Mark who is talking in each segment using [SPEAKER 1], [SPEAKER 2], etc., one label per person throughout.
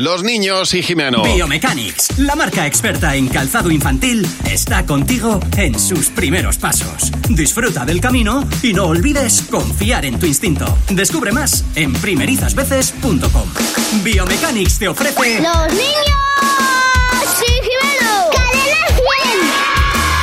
[SPEAKER 1] Los niños y Jimeno.
[SPEAKER 2] Biomechanics, la marca experta en calzado infantil, está contigo en sus primeros pasos. Disfruta del camino y no olvides confiar en tu instinto. Descubre más en primerizasveces.com. Biomechanics te ofrece
[SPEAKER 3] Los niños sí, Jimeno.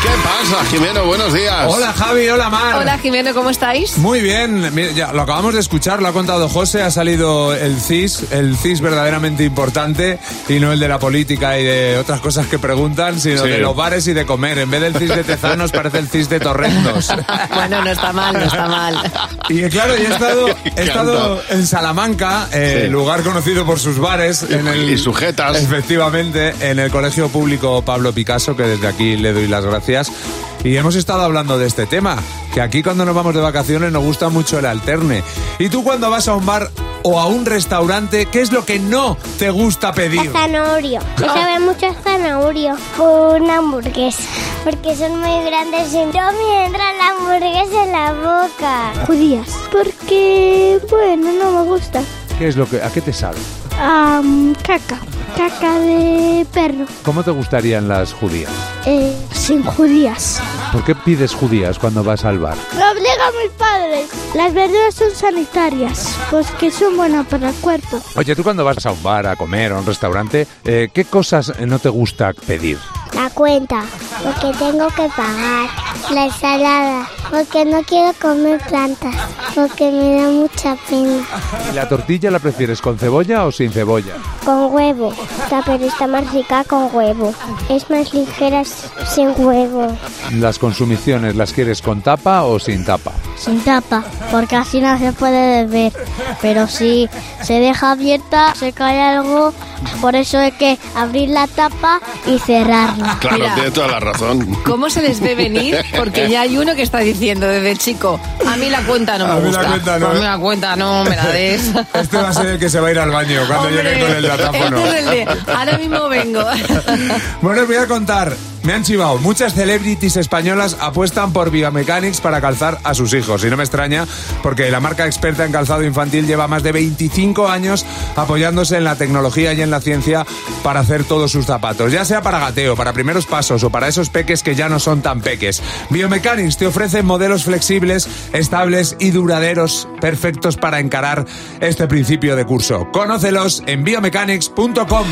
[SPEAKER 1] ¿Qué pasa, Jimeno? Buenos días.
[SPEAKER 4] Hola Javi, hola Mar.
[SPEAKER 5] Hola Jimeno, ¿cómo estáis?
[SPEAKER 4] Muy bien, mira, ya lo acabamos de escuchar, lo ha contado José, ha salido el CIS, el CIS verdaderamente importante y no el de la política y de otras cosas que preguntan, sino
[SPEAKER 1] Sí.
[SPEAKER 4] de los bares y de comer. En vez del CIS de Tezanos parece el CIS de Torrendos.
[SPEAKER 5] Bueno, no está mal, no está mal.
[SPEAKER 4] Y eh, claro, yo he estado,
[SPEAKER 1] Me
[SPEAKER 4] he estado
[SPEAKER 1] encanta.
[SPEAKER 4] en Salamanca, eh,
[SPEAKER 1] Sí.
[SPEAKER 4] lugar conocido por sus bares. En el,
[SPEAKER 1] y sujetas.
[SPEAKER 4] Efectivamente, en el Colegio Público Pablo Picasso, que desde aquí le doy las gracias. Y hemos estado hablando de este tema, que aquí cuando nos vamos de vacaciones nos gusta mucho el alterne. Y tú cuando vas a un bar o a un restaurante, ¿qué es lo que no te gusta pedir?
[SPEAKER 3] Zanahorio. Me sabe mucho a zanahorio con una hamburguesa. Porque son muy grandes y no me entra la hamburguesa en la boca. Judías. Porque, bueno, no me gusta.
[SPEAKER 4] ¿Qué es lo que, ¿A qué te sabe?
[SPEAKER 3] caca. Caca de perro. Eh,
[SPEAKER 4] ¿Cómo te gustarían las judías?
[SPEAKER 3] sin judías.
[SPEAKER 4] ¿Por qué pides judías cuando vas al bar?
[SPEAKER 3] Lo obligan mis padres. Las verduras son sanitarias. Porque son buenas para el cuerpo.
[SPEAKER 4] Oye, tú cuando vas a un bar, a comer, a un restaurante, eh, ¿qué cosas eh, no te gusta pedir?
[SPEAKER 3] La cuenta, porque tengo que pagar. La ensalada, porque no quiero comer plantas, porque me da mucha pena.
[SPEAKER 4] ¿Y la tortilla la prefieres con cebolla o sin cebolla?
[SPEAKER 3] Con huevo, la pero está más rica con huevo. Es más ligera s- sin huevo.
[SPEAKER 4] ¿Las consumiciones las quieres con tapa o sin tapa?
[SPEAKER 3] Sin tapa, porque así no se puede beber. Pero si se deja abierta, se cae algo. Por eso hay que abrir la tapa y cerrarla.
[SPEAKER 1] Claro,
[SPEAKER 5] Mira.
[SPEAKER 1] tiene toda la razón.
[SPEAKER 5] ¿Cómo se les ve venir? Porque ya hay uno que está diciendo desde chico, a mí la cuenta no
[SPEAKER 4] A
[SPEAKER 5] me
[SPEAKER 4] mí la
[SPEAKER 5] gusta.
[SPEAKER 4] cuenta no.
[SPEAKER 5] A mí la cuenta no me la des.
[SPEAKER 4] Este va a ser el que se va a ir al baño cuando llegue
[SPEAKER 5] Hombre,
[SPEAKER 4] con el datáfono.
[SPEAKER 5] este es el de, ahora mismo vengo.
[SPEAKER 4] Bueno, os voy a contar. Me han chivado. Muchas celebrities españolas apuestan por Biomechanics para calzar a sus hijos. Y no me extraña, porque la marca experta en calzado infantil lleva más de 25 años apoyándose en la tecnología y en la ciencia para hacer todos sus zapatos. Ya sea para gateo, para primeros pasos o para esos peques que ya no son tan peques. Biomechanics te ofrece modelos flexibles, estables y duraderos, perfectos para encarar este principio de curso. Conócelos en biomechanics.com.